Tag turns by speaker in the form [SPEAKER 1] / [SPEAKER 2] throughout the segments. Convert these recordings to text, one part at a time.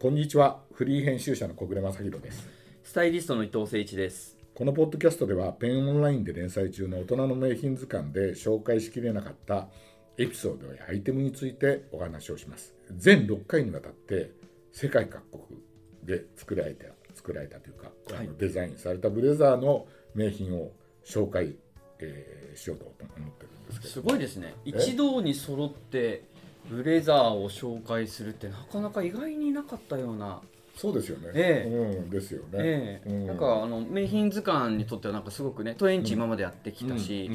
[SPEAKER 1] こんにちはフリー編集者の小暮正弘です
[SPEAKER 2] スタイリストの伊藤誠一です。
[SPEAKER 1] このポッドキャストではペンオンラインで連載中の大人の名品図鑑で紹介しきれなかったエピソードやアイテムについてお話をします全6回にわたって世界各国で作られた作られたというか、
[SPEAKER 2] は
[SPEAKER 1] あ
[SPEAKER 2] い
[SPEAKER 1] のデザインされたブレザーの名品を紹介、えーしようと思ってるんですけど
[SPEAKER 2] すごいですね。一堂に揃ってブレザーを紹介するってなかなか意外になかったような。
[SPEAKER 1] そうですよね、
[SPEAKER 2] ええ
[SPEAKER 1] うんですよね、
[SPEAKER 2] ええ
[SPEAKER 1] うん
[SPEAKER 2] なんかあの名品図鑑にとってはなんかすごくね、トレンチ今までやってきたし、
[SPEAKER 1] う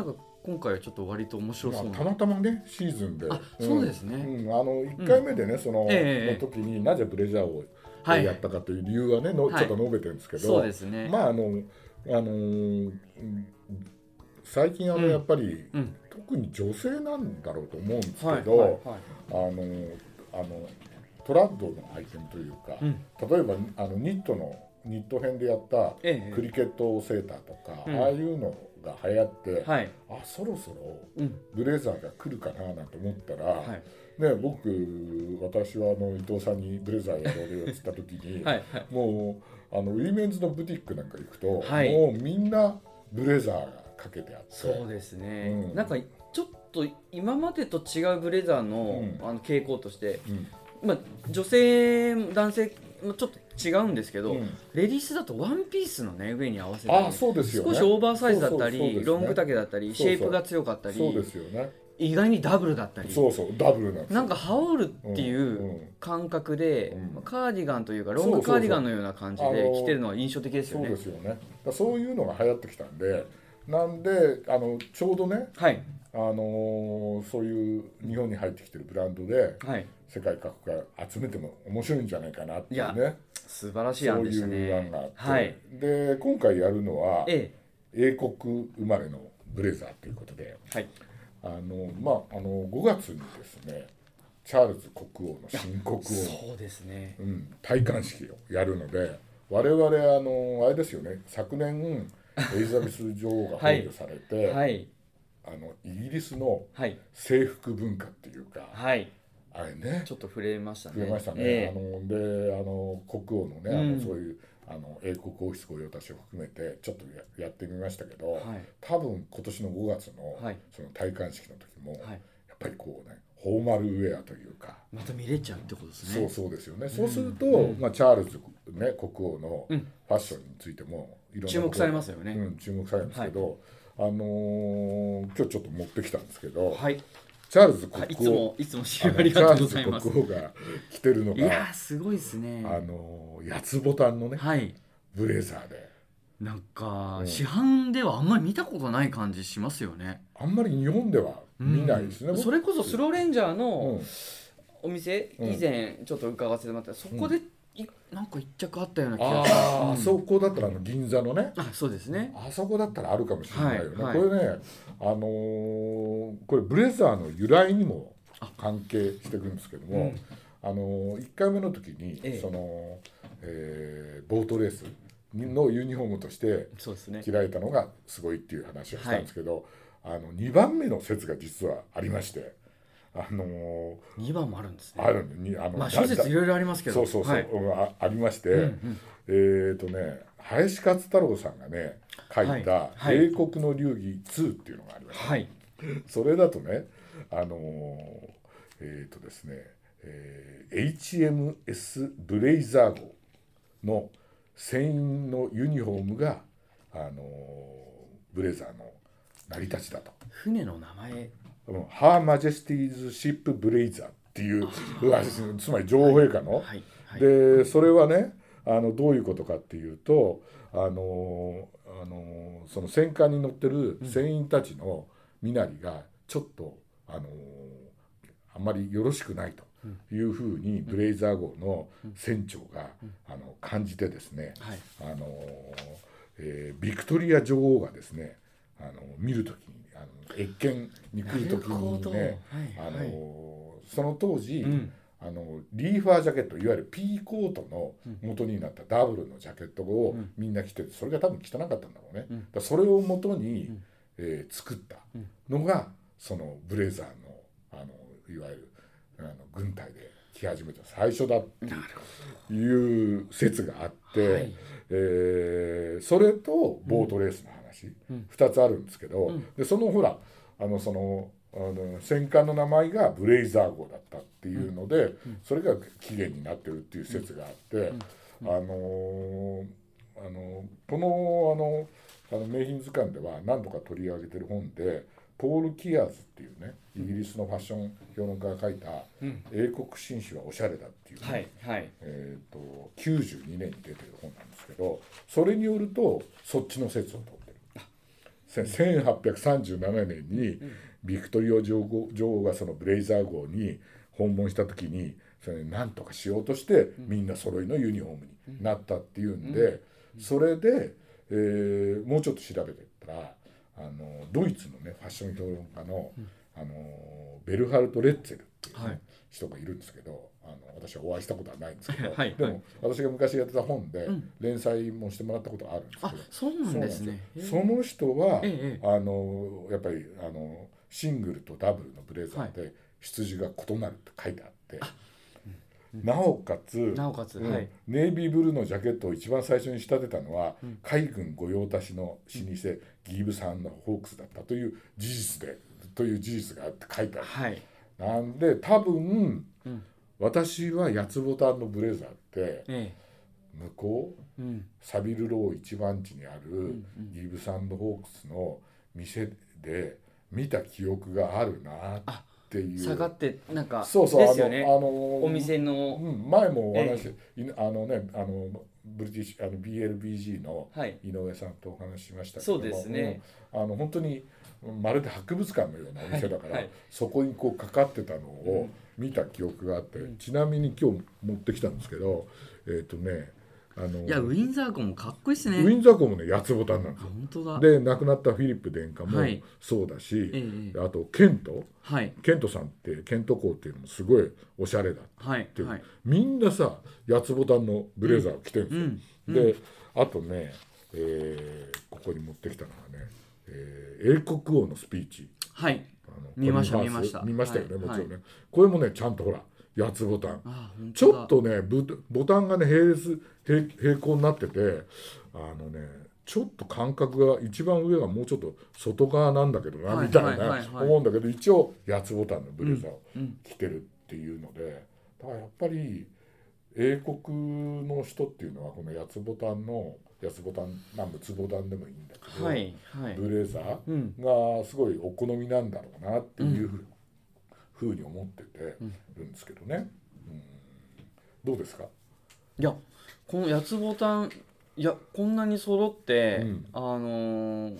[SPEAKER 1] んうん
[SPEAKER 2] なんか今回はちょっと割と面白
[SPEAKER 1] ま
[SPEAKER 2] そう
[SPEAKER 1] あ、
[SPEAKER 2] な。
[SPEAKER 1] たまたまねシーズンで
[SPEAKER 2] あそうですね
[SPEAKER 1] うんあの1回目でね、その,、
[SPEAKER 2] え
[SPEAKER 1] の
[SPEAKER 2] え
[SPEAKER 1] 時になぜブレジャーを
[SPEAKER 2] はい
[SPEAKER 1] やったかという理由はね、の
[SPEAKER 2] はい
[SPEAKER 1] ちょっと述べてるんですけど、
[SPEAKER 2] そうですね。
[SPEAKER 1] まああの、あのーうん最近あの、
[SPEAKER 2] うん
[SPEAKER 1] やっぱり、
[SPEAKER 2] うん。
[SPEAKER 1] 特に女性なんだろうと思うんですけど、
[SPEAKER 2] はいはいはい。
[SPEAKER 1] あのあのトラッドのアイテムというか、
[SPEAKER 2] うん。
[SPEAKER 1] 例えばあのニットのニット編でやった
[SPEAKER 2] ええ
[SPEAKER 1] クリケットセーターとか、
[SPEAKER 2] うん
[SPEAKER 1] ああいうのが流行って、
[SPEAKER 2] はい。
[SPEAKER 1] あそろそろ
[SPEAKER 2] うん。
[SPEAKER 1] ブレザーが来るかななんて思ったら、
[SPEAKER 2] はい。
[SPEAKER 1] ね、僕私はあの伊藤さんにブレザーやろうよって言った時に、
[SPEAKER 2] はい。
[SPEAKER 1] もうあのウィメンズのブティックなんか行くと、
[SPEAKER 2] はい
[SPEAKER 1] もうみんなブレザーがかけてあって
[SPEAKER 2] そうですね。
[SPEAKER 1] うん
[SPEAKER 2] なんかちょっと今までと違うブレザーの,、
[SPEAKER 1] うん
[SPEAKER 2] あの傾向として。
[SPEAKER 1] うん
[SPEAKER 2] まあ、女性男性もちょっと違うんですけど、
[SPEAKER 1] うん
[SPEAKER 2] レディースだとワンピースのね上に合わせて、
[SPEAKER 1] あそうですよね
[SPEAKER 2] 少しオーバーサイズだったり
[SPEAKER 1] そうそうそうですね
[SPEAKER 2] ロング丈だったり
[SPEAKER 1] そうそう
[SPEAKER 2] シェイプが強かったり
[SPEAKER 1] そうですよね
[SPEAKER 2] 意外にダブルだったり
[SPEAKER 1] そうそうダブルなんですよ
[SPEAKER 2] なんか羽織るってい
[SPEAKER 1] うんう
[SPEAKER 2] うん感覚で、
[SPEAKER 1] うん
[SPEAKER 2] まあカーディガンというかロ
[SPEAKER 1] そう
[SPEAKER 2] ン
[SPEAKER 1] そう
[SPEAKER 2] グ
[SPEAKER 1] そう
[SPEAKER 2] カーディガンのような感じ
[SPEAKER 1] あの
[SPEAKER 2] で
[SPEAKER 1] ー
[SPEAKER 2] 着てるのは印象的ですよ
[SPEAKER 1] そうで。
[SPEAKER 2] ね
[SPEAKER 1] すよねだからそういうのが流行ってきたんでなんであのちょうどね、
[SPEAKER 2] はい、
[SPEAKER 1] あのーそういう日本に入ってきてるブランドで
[SPEAKER 2] はい、
[SPEAKER 1] 世界各国から集めても面白いんじゃないかなっていう
[SPEAKER 2] い
[SPEAKER 1] ね
[SPEAKER 2] 素晴らしい
[SPEAKER 1] そ
[SPEAKER 2] 案
[SPEAKER 1] う
[SPEAKER 2] で
[SPEAKER 1] い
[SPEAKER 2] した
[SPEAKER 1] う案があって、。
[SPEAKER 2] ねはい、
[SPEAKER 1] で今回やるのは
[SPEAKER 2] え
[SPEAKER 1] 英国生まれのブレザーということで
[SPEAKER 2] え、はい、
[SPEAKER 1] あの、まあ、あの5月にですねチャールズ国王の新国王の、
[SPEAKER 2] そうですね。
[SPEAKER 1] うん、戴冠式をやるので我々あのあれですよね昨年エリザベス女王が
[SPEAKER 2] はい
[SPEAKER 1] 崩御されて、
[SPEAKER 2] はい、
[SPEAKER 1] あのイギリスの
[SPEAKER 2] はい、
[SPEAKER 1] 制服文化っていうか
[SPEAKER 2] はい、
[SPEAKER 1] あれね
[SPEAKER 2] ちょっと触れましたね。
[SPEAKER 1] 増えましたね、
[SPEAKER 2] ええ
[SPEAKER 1] あのであの国王のねあ
[SPEAKER 2] う
[SPEAKER 1] の
[SPEAKER 2] ん
[SPEAKER 1] そういうあの英国王室御用達を含めてちょっとややってみましたけど、
[SPEAKER 2] はい
[SPEAKER 1] 多分今年の5月の,、
[SPEAKER 2] はい
[SPEAKER 1] その戴冠式の時も、
[SPEAKER 2] はい
[SPEAKER 1] やっぱりこうねフォーマルウェアというか、
[SPEAKER 2] また見れちゃうってことです
[SPEAKER 1] そう
[SPEAKER 2] ね。
[SPEAKER 1] そうですよね、そうすると、まあ、チャールズ、ね、国王のファッションについてもいろんなこと
[SPEAKER 2] 注目されますよね
[SPEAKER 1] うん、注目されるんですけど、あのー今日ちょっと持ってきたんですけど、
[SPEAKER 2] はい。
[SPEAKER 1] チャールズ
[SPEAKER 2] はいい
[SPEAKER 1] 国
[SPEAKER 2] つ
[SPEAKER 1] 王
[SPEAKER 2] もいつも
[SPEAKER 1] あ
[SPEAKER 2] 支援
[SPEAKER 1] の
[SPEAKER 2] あり
[SPEAKER 1] チ
[SPEAKER 2] が
[SPEAKER 1] ャ
[SPEAKER 2] と
[SPEAKER 1] ール
[SPEAKER 2] うご
[SPEAKER 1] ズ
[SPEAKER 2] ざいます。
[SPEAKER 1] 国王が着てるの
[SPEAKER 2] い
[SPEAKER 1] が
[SPEAKER 2] やーすごいですね。
[SPEAKER 1] あのー、八つボタンのね、
[SPEAKER 2] はい。
[SPEAKER 1] ブレザーで
[SPEAKER 2] なん
[SPEAKER 1] う
[SPEAKER 2] か
[SPEAKER 1] ん
[SPEAKER 2] 市販ではあんまり見たことない感じしますよね。
[SPEAKER 1] あんまり日本では見ないですね、
[SPEAKER 2] うん
[SPEAKER 1] 僕
[SPEAKER 2] それこそスローレンジャー
[SPEAKER 1] うん
[SPEAKER 2] のお店、
[SPEAKER 1] うん
[SPEAKER 2] 以前ちょっと伺わせてもらったそこで、いなんか一着あったような気がする。
[SPEAKER 1] ああ、
[SPEAKER 2] うん
[SPEAKER 1] そこだったらあの銀座のね
[SPEAKER 2] あそうですね。
[SPEAKER 1] あそこだったらあるかもしれないよね、
[SPEAKER 2] はいはい
[SPEAKER 1] これねあのーこれブレザーの由来にも関係してくるんですけども、あのー、1回目の時に、
[SPEAKER 2] ええ
[SPEAKER 1] その、えーボートレースのユニフォームとして
[SPEAKER 2] そうですね
[SPEAKER 1] 着。られたのがすごいっていう話をしたんですけど、あの2番目の説が実はありましてあのー
[SPEAKER 2] 二番もあるんですね。
[SPEAKER 1] あるのにあの
[SPEAKER 2] まあ
[SPEAKER 1] だ
[SPEAKER 2] 諸説い
[SPEAKER 1] だ
[SPEAKER 2] ろいろありますけど。
[SPEAKER 1] そうそうそう、
[SPEAKER 2] はい
[SPEAKER 1] うんあありまして、
[SPEAKER 2] うんうん
[SPEAKER 1] えっ、とね林勝太郎さんがね書いた「
[SPEAKER 2] はいはい
[SPEAKER 1] 英国の流儀2」っていうのがあります、
[SPEAKER 2] はい。
[SPEAKER 1] それだとねあのーえっ、とですね、えー HMS ブレイザー号の船員のユニフォームが、あのーブレザーの成り立ちだと。
[SPEAKER 2] 船の名前。
[SPEAKER 1] うんハーマジェスティーズ・シップ・ブレイザーっていううわつまり女王陛下の、
[SPEAKER 2] はいはい。
[SPEAKER 1] でそれはねあのどういうことかっていうとあのあのその戦艦に乗ってる船員たちの身なりがちょっとあのあんまりよろしくないというふうにブレイザー号の船長があの感じてですね
[SPEAKER 2] はい。
[SPEAKER 1] あの、えービクトリア女王がですねあの見るときにあの謁見に来るとき
[SPEAKER 2] なるほど
[SPEAKER 1] に
[SPEAKER 2] はい
[SPEAKER 1] ねあの、
[SPEAKER 2] はい
[SPEAKER 1] その当時、
[SPEAKER 2] うん
[SPEAKER 1] あのリーファージャケットいわゆるピーコートの元になったダブルのジャケットを
[SPEAKER 2] うん
[SPEAKER 1] みんな着ててそれが多分汚かったんだろうね、
[SPEAKER 2] うん
[SPEAKER 1] だからそれを元に、
[SPEAKER 2] うん
[SPEAKER 1] えー作った
[SPEAKER 2] うん
[SPEAKER 1] のがそのブレザーのあのいわゆるあの軍隊で着き始めた最初だっていう説があって、
[SPEAKER 2] はい
[SPEAKER 1] えーそれとボートレースの話、
[SPEAKER 2] うん
[SPEAKER 1] 2つあるんですけど、
[SPEAKER 2] うん
[SPEAKER 1] でそのほらあのそのあの戦艦の名前がブレイザー号だったっていうので、それが起源になってるっていう説があって、あのーあのこのあのあの名品図鑑では何度か取り上げてる本でポール・キアーズっていうねイギリスのファッション評論家が書いた
[SPEAKER 2] うん
[SPEAKER 1] 「英国紳士はおしゃれだ」っていうね、
[SPEAKER 2] はいはい
[SPEAKER 1] えー、と92年に出てる本なんですけどそれによるとそっちの説を取ってる。せ1837年にビクトリア女王女王がそのブレイザー号に訪問した時にそれ何とかしようとしてみんな揃いのユニフォームになったっていうんでそれで、えーもうちょっと調べてったらあのドイツのねファッション評論家のあのベルハルト・レッツェルっていうね、
[SPEAKER 2] はい
[SPEAKER 1] 人がいるんですけどあの私はお会いしたことはないんですけど、
[SPEAKER 2] はいはい
[SPEAKER 1] でも私が昔やってた本で
[SPEAKER 2] うん
[SPEAKER 1] 連載もしてもらったことあるんですけど
[SPEAKER 2] あ、そうなんですね
[SPEAKER 1] その人は、
[SPEAKER 2] ええ
[SPEAKER 1] あのやっぱりあのシングルとダブルのブレザーで出自が異なるって書いてあって、なおかつ
[SPEAKER 2] ええなおかつ、
[SPEAKER 1] うん
[SPEAKER 2] はい
[SPEAKER 1] ネイビーブルーのジャケットを一番最初に仕立てたのは、
[SPEAKER 2] うん
[SPEAKER 1] 海軍御用達の老舗、ギーブさんのホークスだったという事実でという事実があって書いてある。
[SPEAKER 2] はい
[SPEAKER 1] なんで多分、
[SPEAKER 2] うん
[SPEAKER 1] 私は八つボタンのブレザーって
[SPEAKER 2] え
[SPEAKER 1] 向こう
[SPEAKER 2] えうん
[SPEAKER 1] サビルロー一番地にある
[SPEAKER 2] んうん
[SPEAKER 1] ギブサンドホークスの店で見た記憶があるなっていう
[SPEAKER 2] 下がってなんか
[SPEAKER 1] そうそう
[SPEAKER 2] ですよ
[SPEAKER 1] あ
[SPEAKER 2] ね
[SPEAKER 1] のあの
[SPEAKER 2] お店
[SPEAKER 1] う
[SPEAKER 2] の
[SPEAKER 1] ん、前もお話し、いあのねあのブリティッシュあの BLBG の
[SPEAKER 2] はい
[SPEAKER 1] 井上さんとお話ししましたけども
[SPEAKER 2] そうですね
[SPEAKER 1] うんあの本当にうんまるで博物館のようなお店だから、
[SPEAKER 2] はいはい
[SPEAKER 1] そこにこうかかってたのを見た記憶があって、ちなみに今日持ってきたんですけどえっ、とねあの
[SPEAKER 2] いやウィンザー号もかっこいいっすね
[SPEAKER 1] ウィンザー号もね八つボタンなんです
[SPEAKER 2] あ
[SPEAKER 1] よ。
[SPEAKER 2] 本当だ
[SPEAKER 1] で亡くなったフィリップ殿下も
[SPEAKER 2] はい
[SPEAKER 1] そうだし、
[SPEAKER 2] ええ
[SPEAKER 1] あとケント
[SPEAKER 2] はい
[SPEAKER 1] ケントさんってケント校っていうのもすごいおしゃれだ
[SPEAKER 2] はい
[SPEAKER 1] っていう
[SPEAKER 2] はい
[SPEAKER 1] みんなさ八つボタンのブレザーを着てるんですよ。
[SPEAKER 2] うん
[SPEAKER 1] であとね、えーここに持ってきたのがね、えー英国王のスピーチ
[SPEAKER 2] はい
[SPEAKER 1] あの
[SPEAKER 2] 見ました
[SPEAKER 1] これ見
[SPEAKER 2] 見ました
[SPEAKER 1] 見ましたよね、
[SPEAKER 2] はい
[SPEAKER 1] もちろんね、これもねちゃんとほら八つボタン
[SPEAKER 2] あ本
[SPEAKER 1] ち
[SPEAKER 2] 当だ
[SPEAKER 1] ょっとねぶボタンがね並列平平行になっててあのねちょっと感覚が一番上がもうちょっと外側なんだけどな、
[SPEAKER 2] はい
[SPEAKER 1] みたいなね、
[SPEAKER 2] はいはいはい
[SPEAKER 1] 思うんだけど一応八つボタンのブレザーを
[SPEAKER 2] うんうん
[SPEAKER 1] 着てるっていうので、だからやっぱり英国の人っていうのはこの八つボタンの八つボタンまあ六つボタンでもいいんだけど、
[SPEAKER 2] はいはい
[SPEAKER 1] ブレザー
[SPEAKER 2] うん
[SPEAKER 1] がすごいお好みなんだろうなっていうふう,、に思ってて
[SPEAKER 2] うん
[SPEAKER 1] るんですけどね、うんどうですか
[SPEAKER 2] いやこの八つボタンいやこんなに揃って、
[SPEAKER 1] うん
[SPEAKER 2] あのー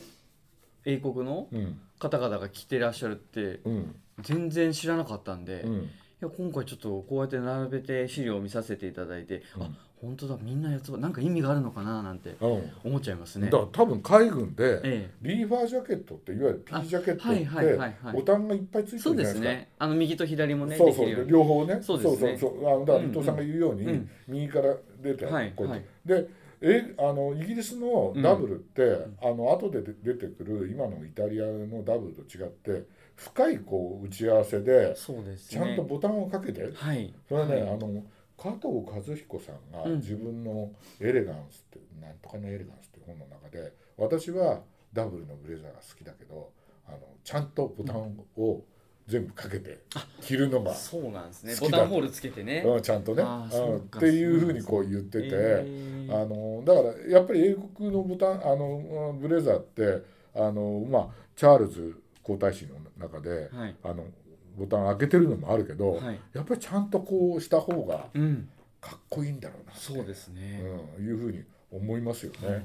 [SPEAKER 2] 英国の
[SPEAKER 1] うん
[SPEAKER 2] 方々が着てらっしゃるって
[SPEAKER 1] うん
[SPEAKER 2] 全然知らなかったんで、
[SPEAKER 1] う
[SPEAKER 2] い
[SPEAKER 1] ん
[SPEAKER 2] や今回ちょっとこうやって並べて資料を見させていただいて、
[SPEAKER 1] うん
[SPEAKER 2] あ本当だみんな八つボなんか意味があるのかななんて
[SPEAKER 1] うん
[SPEAKER 2] 思っちゃいますね
[SPEAKER 1] だから多分海軍で
[SPEAKER 2] え
[SPEAKER 1] リーファージャケットっていわゆる P ジャケット
[SPEAKER 2] はいはいはい
[SPEAKER 1] っ
[SPEAKER 2] はい
[SPEAKER 1] てボタンがいっぱいつ
[SPEAKER 2] え
[SPEAKER 1] いて
[SPEAKER 2] そう
[SPEAKER 1] るじ
[SPEAKER 2] で
[SPEAKER 1] ゃないですか。
[SPEAKER 2] すねあの右と左もね
[SPEAKER 1] そう
[SPEAKER 2] で
[SPEAKER 1] そ
[SPEAKER 2] きるよ
[SPEAKER 1] う
[SPEAKER 2] うに
[SPEAKER 1] 両方ね
[SPEAKER 2] そうですね
[SPEAKER 1] そうそうそうあのだから
[SPEAKER 2] うん
[SPEAKER 1] 伊藤さんが言うように、
[SPEAKER 2] うん
[SPEAKER 1] 右から出て、
[SPEAKER 2] はい
[SPEAKER 1] こうやっ
[SPEAKER 2] はい
[SPEAKER 1] てでえあのイギリスのダブルって、あの後で出てくる今のイタリアのダブルと違って深いこう打ち合わせで
[SPEAKER 2] そうです
[SPEAKER 1] ち
[SPEAKER 2] ね
[SPEAKER 1] ゃんとボタンをかけて、
[SPEAKER 2] はい
[SPEAKER 1] それはね、
[SPEAKER 2] はい
[SPEAKER 1] あの加藤和彦さんが
[SPEAKER 2] うん
[SPEAKER 1] 自分の「エレガンス」って、なんとかのエレガンス」っていう本の中で私はダブルのブレザーが好きだけどあのちゃんとボタンを全部かけて着るのが
[SPEAKER 2] そうなんですね
[SPEAKER 1] 好
[SPEAKER 2] ボ
[SPEAKER 1] きだ
[SPEAKER 2] タンホールつけてね、
[SPEAKER 1] うん、ちゃんとね、
[SPEAKER 2] あー
[SPEAKER 1] うん
[SPEAKER 2] そう
[SPEAKER 1] っ
[SPEAKER 2] か
[SPEAKER 1] ていうふうにこう言ってて、
[SPEAKER 2] えー
[SPEAKER 1] あのだからやっぱり英国のボタンあのうんブレザーってあの、まあ、チャールズ皇太子の中で、
[SPEAKER 2] はい
[SPEAKER 1] あのボタン開けてるのもあるけど、
[SPEAKER 2] はい
[SPEAKER 1] やっぱりちゃんとこうした方が
[SPEAKER 2] うん
[SPEAKER 1] かっこいいんだろうな
[SPEAKER 2] そうですね、
[SPEAKER 1] うん、いうふうに思いますよね。
[SPEAKER 2] はいはい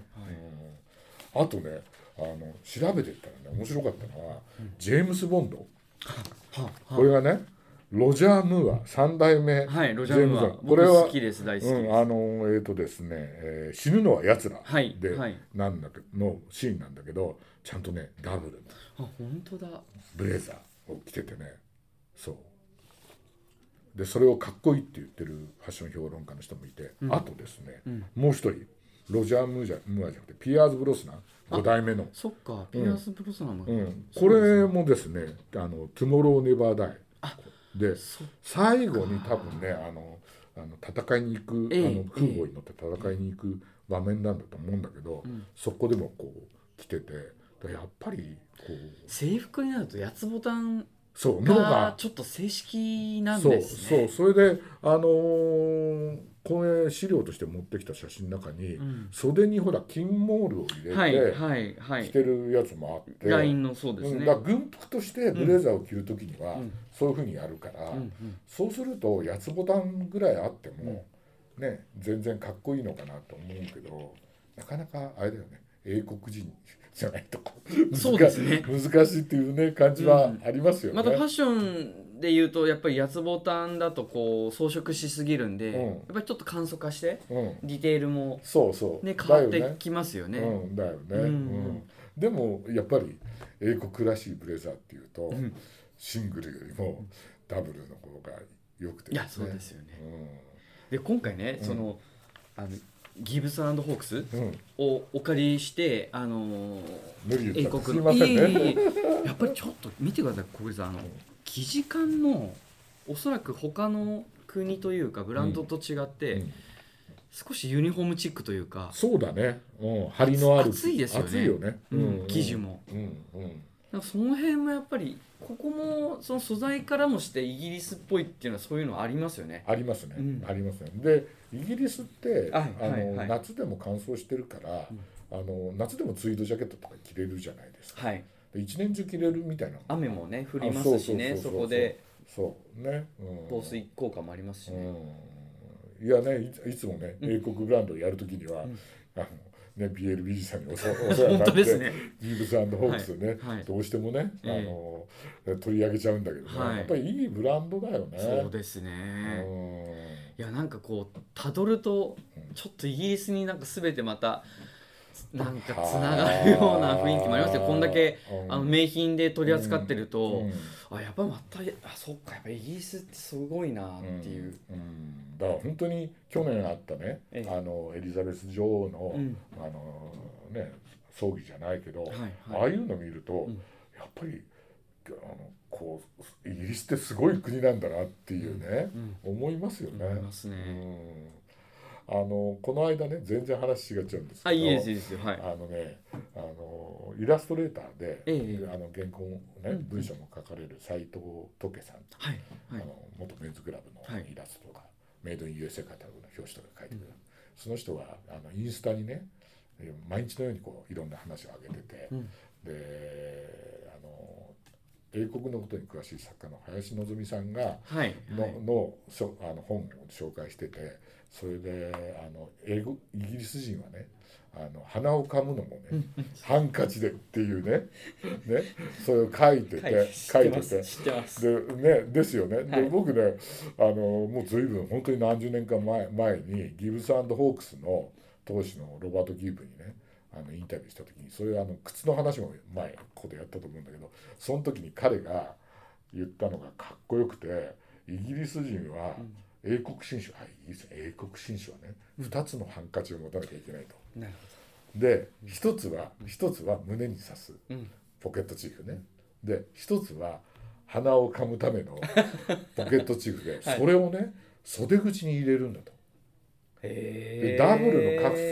[SPEAKER 1] うん、あとねあの調べてったらね面白かったのは、ジェームス・ボンド
[SPEAKER 2] は
[SPEAKER 1] これがねロジャー・ムーア3代目、
[SPEAKER 2] はい、ロジャーム
[SPEAKER 1] ジェー
[SPEAKER 2] は
[SPEAKER 1] ムズボンド
[SPEAKER 2] 僕
[SPEAKER 1] これは
[SPEAKER 2] 好きです、大好き
[SPEAKER 1] う
[SPEAKER 2] です。
[SPEAKER 1] ん、あのえっ、とですね、えー死ぬのは奴ら」
[SPEAKER 2] はい
[SPEAKER 1] で、
[SPEAKER 2] はい
[SPEAKER 1] なんだけのシーンなんだけどちゃんとねダブルの
[SPEAKER 2] あ、本当だ。
[SPEAKER 1] ブレザーを着ててねそうでそれをかっこいいって言ってるファッション評論家の人もいて、あとですね、もう一人ロジャー・ムージャムーアじゃなくてピアーズ・ブロスナン5代目の、
[SPEAKER 2] そっか、ピアースブロスナム。
[SPEAKER 1] うん、これもですね「あのトゥモロー・ネバー・ダイ」で
[SPEAKER 2] そ
[SPEAKER 1] 最後に多分ねあのあの戦いに行く、
[SPEAKER 2] ええ
[SPEAKER 1] あの空母に乗って戦いに行く場面なんだと思うんだけど、
[SPEAKER 2] うん
[SPEAKER 1] そこでもこう来ててだやっぱりこう
[SPEAKER 2] 制服になると八つボタン
[SPEAKER 1] そう脳
[SPEAKER 2] が
[SPEAKER 1] が
[SPEAKER 2] ちょっと正式なん
[SPEAKER 1] そう
[SPEAKER 2] ですね
[SPEAKER 1] そうそれであのーこれ資料として持ってきた写真の中に、
[SPEAKER 2] うん
[SPEAKER 1] 袖にほら金モールを入れて、
[SPEAKER 2] はいはいは
[SPEAKER 1] 着
[SPEAKER 2] い
[SPEAKER 1] てるやつもあって
[SPEAKER 2] ラインのそうです
[SPEAKER 1] うん、
[SPEAKER 2] ね、
[SPEAKER 1] だから軍服としてブレザーを着る時には、
[SPEAKER 2] うん
[SPEAKER 1] そういうふうにやるから、
[SPEAKER 2] うんうん
[SPEAKER 1] そうすると八つボタンぐらいあっても、ね全然かっこいいのかなと思うけどなかなかあれだよね英国人じゃないとこ
[SPEAKER 2] そうですね
[SPEAKER 1] 難しい難しいっていうね感じはありますよね。
[SPEAKER 2] またファッションで言うとやっぱり八つボタンだとこう装飾しすぎるんで、
[SPEAKER 1] うん
[SPEAKER 2] やっぱりちょっと簡素化して
[SPEAKER 1] うん、
[SPEAKER 2] ディテールも、
[SPEAKER 1] そうそう、
[SPEAKER 2] ね、変わっ
[SPEAKER 1] だよ
[SPEAKER 2] て
[SPEAKER 1] ね
[SPEAKER 2] きますよね
[SPEAKER 1] うん、だよね、
[SPEAKER 2] うん
[SPEAKER 1] うんでもやっぱり英国らしいブレザーっていうと、
[SPEAKER 2] ん
[SPEAKER 1] シングルよりもダブルの方が良くて
[SPEAKER 2] いやそうですよね
[SPEAKER 1] う
[SPEAKER 2] で今回ね、
[SPEAKER 1] うん
[SPEAKER 2] そのあのギブスホークス
[SPEAKER 1] ん、うん、
[SPEAKER 2] をお借りしてあのー
[SPEAKER 1] 無理
[SPEAKER 2] 英
[SPEAKER 1] 言ったす
[SPEAKER 2] 国
[SPEAKER 1] み
[SPEAKER 2] の
[SPEAKER 1] ません
[SPEAKER 2] いえいえ
[SPEAKER 1] ね
[SPEAKER 2] いえやっぱりちょっと見てください小栗さんあの
[SPEAKER 1] うん
[SPEAKER 2] 生地感のおそらく他の国というかブランドと違って、
[SPEAKER 1] うん
[SPEAKER 2] 少しユニフォームチックというか、
[SPEAKER 1] そうだね、うん、張りのある
[SPEAKER 2] 暑いですよね
[SPEAKER 1] 暑いよね、
[SPEAKER 2] うん生地も
[SPEAKER 1] うんうん
[SPEAKER 2] なんかその辺もやっぱりここもその素材からもしてイギリスっぽいっていうのはそういうのありますよね。
[SPEAKER 1] ありますね、
[SPEAKER 2] うん
[SPEAKER 1] ありますねでイギリスって、
[SPEAKER 2] はい
[SPEAKER 1] あの
[SPEAKER 2] はいはい
[SPEAKER 1] 夏でも乾燥してるから、あの夏でもツイードジャケットとか着れるじゃないですか
[SPEAKER 2] はい、
[SPEAKER 1] で一年中着れるみたいな
[SPEAKER 2] 雨もね降りますしね
[SPEAKER 1] あ
[SPEAKER 2] そ
[SPEAKER 1] そうそうそうそう
[SPEAKER 2] こで
[SPEAKER 1] そうね、うん、
[SPEAKER 2] 防水効果もありますしね。
[SPEAKER 1] うんいやねいついつもね
[SPEAKER 2] うん
[SPEAKER 1] 英国ブランドやるときには、
[SPEAKER 2] ん
[SPEAKER 1] あのね BLB さんにお 世 お世話になっ
[SPEAKER 2] 本当
[SPEAKER 1] て
[SPEAKER 2] ですね
[SPEAKER 1] ギブスホークスね、
[SPEAKER 2] はいはい
[SPEAKER 1] どうしてもね、
[SPEAKER 2] ええ
[SPEAKER 1] あの取り上げちゃうんだけどね、
[SPEAKER 2] はい
[SPEAKER 1] やっぱりいいブランドだよね。
[SPEAKER 2] そうですね。いやなんかこうたどるとちょっとイギリスになんか全てまたなんかつながるような雰囲気もありますよこんだけ
[SPEAKER 1] うん
[SPEAKER 2] あの名品で取り扱ってる
[SPEAKER 1] うん
[SPEAKER 2] と
[SPEAKER 1] うん、
[SPEAKER 2] あやっぱまたあそっかやっぱイギリスってすごいなっていう、
[SPEAKER 1] うんだから本当に去年あったね、
[SPEAKER 2] ええ
[SPEAKER 1] あのエリザベス女王の,、
[SPEAKER 2] うん
[SPEAKER 1] あのね、葬儀じゃないけど、
[SPEAKER 2] はい
[SPEAKER 1] あ
[SPEAKER 2] はい
[SPEAKER 1] あいうの見ると、
[SPEAKER 2] ん
[SPEAKER 1] やっぱりあのこうイギリスってすごい国なんだなっていうね、
[SPEAKER 2] うん
[SPEAKER 1] 思いますよね。
[SPEAKER 2] 思いますね
[SPEAKER 1] うんあのこの間ね全然話違っちゃうんですけど
[SPEAKER 2] あいいですいいですよはい
[SPEAKER 1] あのねあのイラストレーターで、
[SPEAKER 2] ええ
[SPEAKER 1] あの原稿をね、
[SPEAKER 2] うん
[SPEAKER 1] 文章も書かれる斎藤時計さん、
[SPEAKER 2] はい
[SPEAKER 1] あ
[SPEAKER 2] はい
[SPEAKER 1] の元メンズクラブの
[SPEAKER 2] はい
[SPEAKER 1] イラストとか、メイドイン USA カタログの表紙とか書いてくれる、その人はあのインスタにねえー毎日のようにこういろんな話を上げてて、
[SPEAKER 2] うん
[SPEAKER 1] であの英国のことに詳しい作家の林希さんが
[SPEAKER 2] はい
[SPEAKER 1] の,、のしょあの本を紹介しててそれであの英語イギリス人はねあの鼻をかむのもね、ハンカチでっていうねねそれを書いて
[SPEAKER 2] は
[SPEAKER 1] て
[SPEAKER 2] い知
[SPEAKER 1] 書い
[SPEAKER 2] っ
[SPEAKER 1] て
[SPEAKER 2] てま
[SPEAKER 1] て
[SPEAKER 2] す知ってます
[SPEAKER 1] でね、ですよね、
[SPEAKER 2] はい
[SPEAKER 1] で僕ねあのもう随分本当に何十年か前前にギブスホークスの当時のロバート・ギーブにねあのインタビューした時にそれあの靴の話も前ここでやったと思うんだけどその時に彼が言ったのがかっこよくてイギリス人は英国紳士、はい、イギリス英国紳士はね2つのハンカチを持たなきゃいけないと。
[SPEAKER 2] なる
[SPEAKER 1] で1つは1つは胸に刺す。
[SPEAKER 2] ほどうん
[SPEAKER 1] ポケットチーフねで一つは鼻をかむための ポケットチーフで、
[SPEAKER 2] はい
[SPEAKER 1] それをね袖口に入れるんだと、
[SPEAKER 2] へ
[SPEAKER 1] で
[SPEAKER 2] え
[SPEAKER 1] ダブルのカフスシ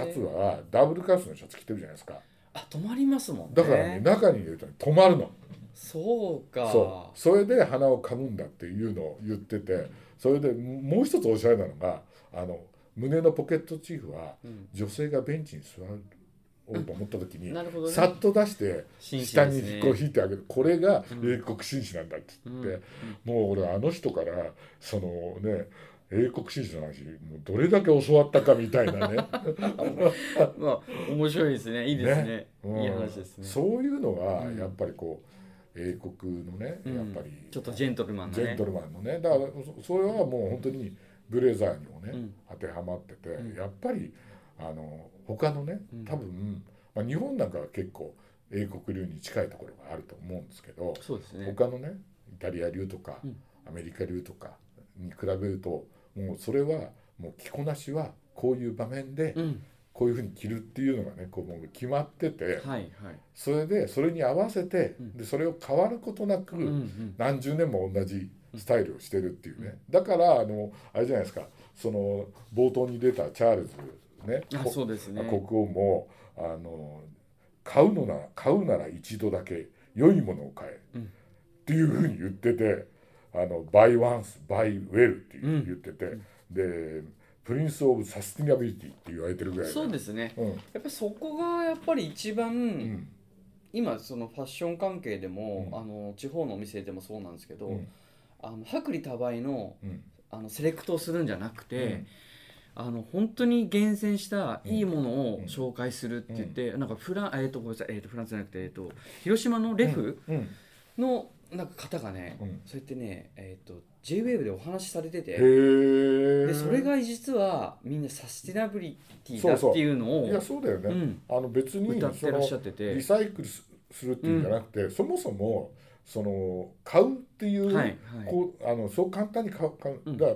[SPEAKER 1] ャツはダブルカフスのシャツ着てるじゃないですか
[SPEAKER 2] あ止まりますもんね
[SPEAKER 1] だからね中に入れると止まるの
[SPEAKER 2] そうか
[SPEAKER 1] そうそれで鼻をかむんだっていうのを言っててそれでもう一つおしゃれなのがあの胸のポケットチーフは
[SPEAKER 2] ん
[SPEAKER 1] 女性がベンチに座ると思った時に、
[SPEAKER 2] なるほどね
[SPEAKER 1] さっと出して
[SPEAKER 2] 紳士
[SPEAKER 1] 下
[SPEAKER 2] です
[SPEAKER 1] に
[SPEAKER 2] ね
[SPEAKER 1] こう引いてあげるこれが英国紳士なんだって言って、もう俺あの人からそのね英国紳士の話もうどれだけ教わったかみたいなね
[SPEAKER 2] まあ面白いですねいいですね
[SPEAKER 1] うん
[SPEAKER 2] いい話ですね
[SPEAKER 1] そういうのはやっぱりこう、英国のね
[SPEAKER 2] うん
[SPEAKER 1] やっぱり、
[SPEAKER 2] ちょっとジェントルマンな
[SPEAKER 1] ジ
[SPEAKER 2] ね
[SPEAKER 1] ェントルマンのねだからそそれはもう本当にブレザーにもね、
[SPEAKER 2] うん
[SPEAKER 1] 当てはまってて、
[SPEAKER 2] うん
[SPEAKER 1] やっぱりあの他のね
[SPEAKER 2] うん
[SPEAKER 1] 多分、まあ、日本なんかは結構英国流に近いところがあると思うんですけど、
[SPEAKER 2] そうですね
[SPEAKER 1] 他のねイタリア流とか、
[SPEAKER 2] うん
[SPEAKER 1] アメリカ流とかに比べるともうそれはもう着こなしはこういう場面で
[SPEAKER 2] うん
[SPEAKER 1] こういうふうに着るっていうのがねこうもう決まってて
[SPEAKER 2] はいはい
[SPEAKER 1] それでそれに合わせて
[SPEAKER 2] うん
[SPEAKER 1] でそれを変わることなく、
[SPEAKER 2] うんうん
[SPEAKER 1] 何十年も同じスタイルをしてるっていうね、だからあのあれじゃないですかその冒頭に出たチャールズね
[SPEAKER 2] あ
[SPEAKER 1] こ
[SPEAKER 2] そうですね
[SPEAKER 1] 国王もあの買うのなら買うなら一度だけ良いものを買え、
[SPEAKER 2] うん
[SPEAKER 1] っていうふうに言っててあの「バイ・ワンス・バイ・ウェル」って
[SPEAKER 2] う
[SPEAKER 1] 言
[SPEAKER 2] ん
[SPEAKER 1] ってて、で「プリンス・オブ・サスティナビリティ」って言われてるぐらいだよ
[SPEAKER 2] そうですね
[SPEAKER 1] うん
[SPEAKER 2] やっぱりそこがやっぱり一番、
[SPEAKER 1] うん
[SPEAKER 2] 今そのファッション関係でも、
[SPEAKER 1] うん
[SPEAKER 2] あの地方のお店でもそうなんですけど、
[SPEAKER 1] うん
[SPEAKER 2] あの薄利多売の
[SPEAKER 1] うん
[SPEAKER 2] あのセレクトをするんじゃなくて、
[SPEAKER 1] うん
[SPEAKER 2] あの本当に厳選したいいものを
[SPEAKER 1] うん
[SPEAKER 2] 紹介するって言って、なんかフランえっ、とごめんなさいえっ、とフランスじゃなくてえっ、と広島のレフ
[SPEAKER 1] うん
[SPEAKER 2] のなんか方がね、
[SPEAKER 1] うん
[SPEAKER 2] そうやってねえっ、と J-WAVE でお話しされて
[SPEAKER 1] へ
[SPEAKER 2] て。
[SPEAKER 1] え
[SPEAKER 2] でそれが実はみんなサスティナビリティだっていうのを
[SPEAKER 1] いやそうだよね、
[SPEAKER 2] うん
[SPEAKER 1] あの別に
[SPEAKER 2] 歌っ
[SPEAKER 1] そ
[SPEAKER 2] てらっしゃ
[SPEAKER 1] の
[SPEAKER 2] って
[SPEAKER 1] リ
[SPEAKER 2] て、
[SPEAKER 1] サイクルすするっていうんじゃなくて、そもそもその買うっていう、
[SPEAKER 2] はいはい、
[SPEAKER 1] こうあのそう簡単に買う買う
[SPEAKER 2] うん
[SPEAKER 1] だか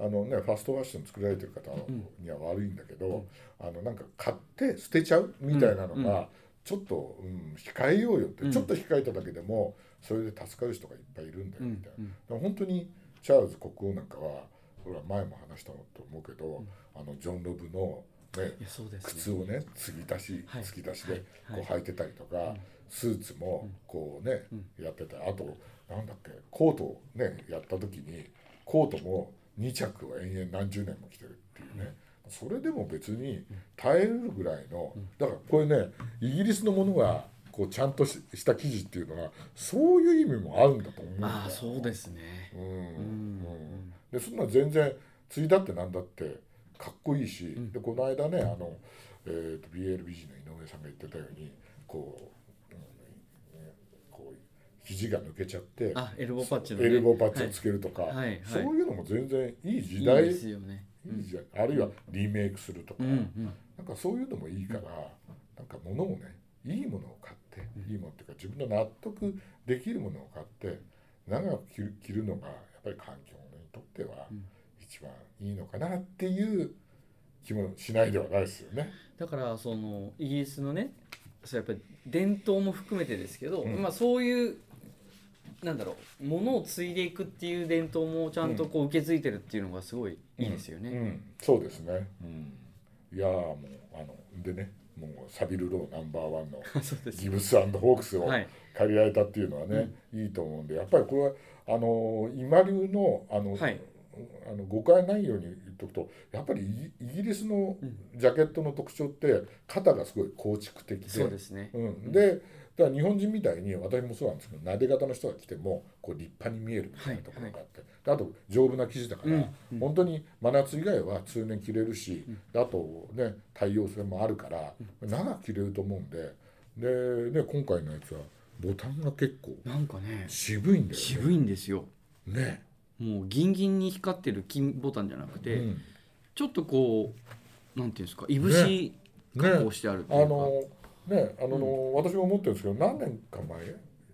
[SPEAKER 1] らあのねファストファッション作られてる方
[SPEAKER 2] ん
[SPEAKER 1] には悪いんだけど、
[SPEAKER 2] うん
[SPEAKER 1] あのなんか買って捨てちゃうみたいなの
[SPEAKER 2] うん
[SPEAKER 1] が、ちょっと、うん、控えようよって、
[SPEAKER 2] うん
[SPEAKER 1] ちょっと控えただけでもそれで助かる人がいっぱいいるんだよ
[SPEAKER 2] う
[SPEAKER 1] み
[SPEAKER 2] ん
[SPEAKER 1] たいな。でも本当にチャールズ国王なんかはほら前も話したと思うけど、あのジョン・ロブの、ね
[SPEAKER 2] い、やそうです、ね、
[SPEAKER 1] 靴をね継ぎ足し
[SPEAKER 2] はい
[SPEAKER 1] 継ぎ足し
[SPEAKER 2] は
[SPEAKER 1] で
[SPEAKER 2] い
[SPEAKER 1] こう履いてたりとか、
[SPEAKER 2] ん
[SPEAKER 1] スーツもこうね、
[SPEAKER 2] う
[SPEAKER 1] やってたあとなんだっけコートをねやった時にコートも2着を延々何十年も着てるっていうね、それでも別に耐えるぐらいの、だからこれねイギリスのものがこうちゃんとしした生地っていうのはそういう意味もあるんだと思うんだよ
[SPEAKER 2] まあそうですね
[SPEAKER 1] うん
[SPEAKER 2] うん
[SPEAKER 1] うんでそんな全然継いだってなんだってかっこいいし、でこの間ねあの、えー、と BLBG の井上さんが言ってたようにこう,、うんねこう肘が抜けちゃって
[SPEAKER 2] あエルボーパッチの、ね、
[SPEAKER 1] エルボーパッチをつけるとか、
[SPEAKER 2] はいはいはい
[SPEAKER 1] そういうのも全然いい時
[SPEAKER 2] はい、
[SPEAKER 1] 代
[SPEAKER 2] いい
[SPEAKER 1] いい
[SPEAKER 2] ですよね
[SPEAKER 1] 時代あるいはリメイクするとか、
[SPEAKER 2] うんうん
[SPEAKER 1] なんかそういうのもいいから、なんか物をねいいものを買って、いいものっていうか自分の納得できるものを買って長く着る着るのがやっぱり環境にとっては
[SPEAKER 2] うん
[SPEAKER 1] 一番いいのかなっていう気もしないではないですよね。
[SPEAKER 2] だからそのイギリスのねそうやっぱり伝統も含めてですけど、
[SPEAKER 1] うん
[SPEAKER 2] まあそういうなんだろうものを継いでいくっていう伝統もちゃんとこう受け継いでるっていうのがすごいいいですよね、
[SPEAKER 1] うん、そうですね。うん、いやーもうあのでねもうサビルローナンバーワンの
[SPEAKER 2] そうです
[SPEAKER 1] ギブスホークスを
[SPEAKER 2] はい
[SPEAKER 1] 借りられたっていうのはね、いいと思うんでやっぱりこれはあの今流のあの、
[SPEAKER 2] はい
[SPEAKER 1] あの誤解ないように言っとくとやっぱりイギイギリスのジャケットの特徴って肩がすごい構築的で
[SPEAKER 2] そうですね、
[SPEAKER 1] うん、でだから日本人みたいに私もそうなんですけど撫で方の人が来てもこう立派に見えるみたいなところがあって、であと丈夫な生地だから、
[SPEAKER 2] うんうん
[SPEAKER 1] 本当に真夏以外は通年着れるし、であとね太陽性もあるから長く着れると思うんでで、ね、今回のやつはボタンが結構
[SPEAKER 2] なんかね
[SPEAKER 1] 渋いんだよね。
[SPEAKER 2] 渋いんですよ
[SPEAKER 1] ね
[SPEAKER 2] もうギンギンに光ってる金ボタンじゃなくて、
[SPEAKER 1] うん
[SPEAKER 2] ちょっとこうなんていうんですかいぶし
[SPEAKER 1] ね
[SPEAKER 2] 加工してあるって
[SPEAKER 1] あ
[SPEAKER 2] いうか、
[SPEAKER 1] のねあの、私も思ってるんですけど何年か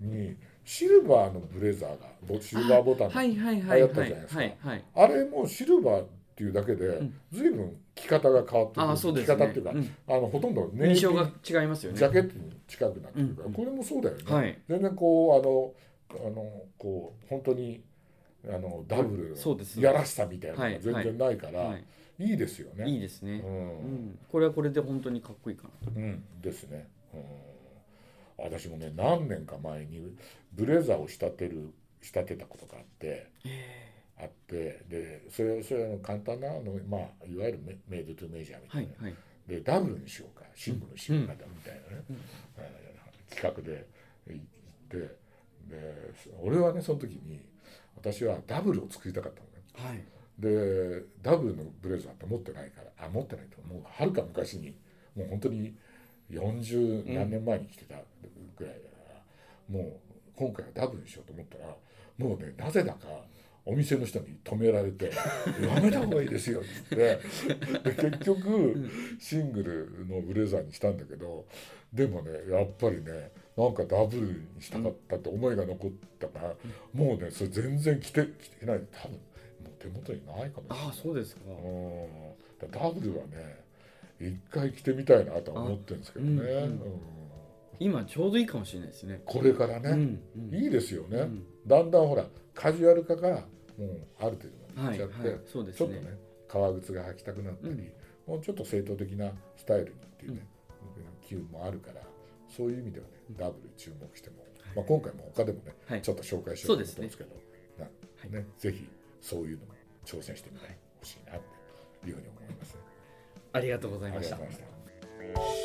[SPEAKER 1] 前にシルバーのブレザーがボシルバーボタンの
[SPEAKER 2] はいはいはい
[SPEAKER 1] 流行
[SPEAKER 2] は
[SPEAKER 1] ったじゃ
[SPEAKER 2] い
[SPEAKER 1] ないですか
[SPEAKER 2] はいはい
[SPEAKER 1] あれもシルバーっていうだけで、随分着方が変わってくる
[SPEAKER 2] ああそうです
[SPEAKER 1] 着
[SPEAKER 2] ね
[SPEAKER 1] 方っていうか、
[SPEAKER 2] うん
[SPEAKER 1] あのほとんどネイ
[SPEAKER 2] 印
[SPEAKER 1] ビ
[SPEAKER 2] 象
[SPEAKER 1] ー
[SPEAKER 2] が違いますよね
[SPEAKER 1] ジャケットに近くなってくるから、
[SPEAKER 2] うん
[SPEAKER 1] これもそうだよね、
[SPEAKER 2] はい
[SPEAKER 1] 全然こうあのあのこう本当にあのダブル
[SPEAKER 2] そうです
[SPEAKER 1] やらしさみたいなのが
[SPEAKER 2] はい
[SPEAKER 1] 全然ないから、
[SPEAKER 2] はいい、
[SPEAKER 1] い、ですよね。
[SPEAKER 2] いいですね、
[SPEAKER 1] う
[SPEAKER 2] うんん、これはこれで本当にかっこいいかなと
[SPEAKER 1] うん、ですね。うん私もね何年か前にブレザーを仕立てる仕立てたことがあってあってでそれそれあの簡単なあの、まあ、いわゆるメメイド・トゥ・メジャーみた
[SPEAKER 2] はいい
[SPEAKER 1] な、
[SPEAKER 2] はい
[SPEAKER 1] でダブルにしようかシングルにしようかだみたいなね、えー企画で行ってで俺はねその時に私はダブルを作りたかったのね。
[SPEAKER 2] はい
[SPEAKER 1] でダブルのブレザーって持ってないからあ持ってないともうはるか昔にもう本当に40何年前に来てたぐらいだから、もう今回はダブルにしようと思ったらもうねなぜだかお店の人に止められて「やめた方がいいですよ」って言ってで結局シングルのブレザーにしたんだけどでもねやっぱりねなんかダブルにしたかったって思いが残ったから、もうねそれ全然着て着てない多分もう手元にないかもしれない
[SPEAKER 2] ああそうですか、
[SPEAKER 1] うんダブルはね一回着てみたいなとは思ってるんですけどね、
[SPEAKER 2] あうん
[SPEAKER 1] うん
[SPEAKER 2] 今ちょうどいいかもしれないですね
[SPEAKER 1] これから
[SPEAKER 2] うん
[SPEAKER 1] ね、
[SPEAKER 2] うん
[SPEAKER 1] いいですよね、
[SPEAKER 2] うん
[SPEAKER 1] だんだんほらカジュアル化がもうある程度ま
[SPEAKER 2] は
[SPEAKER 1] で
[SPEAKER 2] い
[SPEAKER 1] いっ
[SPEAKER 2] は
[SPEAKER 1] ちゃ
[SPEAKER 2] い
[SPEAKER 1] って、
[SPEAKER 2] そうで
[SPEAKER 1] ち
[SPEAKER 2] す
[SPEAKER 1] ょっと
[SPEAKER 2] ね
[SPEAKER 1] ね革靴が履きたくなったり、
[SPEAKER 2] うん
[SPEAKER 1] もうちょっと正統的なスタイルにっていうね、機運もあるからそういう意味ではねダブルに注目しても、まあ、今回も他でもね、
[SPEAKER 2] はい
[SPEAKER 1] ちょっと紹介しようと思
[SPEAKER 2] そ
[SPEAKER 1] っ
[SPEAKER 2] う
[SPEAKER 1] たん
[SPEAKER 2] で
[SPEAKER 1] です
[SPEAKER 2] す
[SPEAKER 1] けどな
[SPEAKER 2] はい
[SPEAKER 1] ねぜひそういうのも挑戦してみてほしいなっていうふうに思いますね。
[SPEAKER 2] ありがとうございました
[SPEAKER 1] ありがとうございました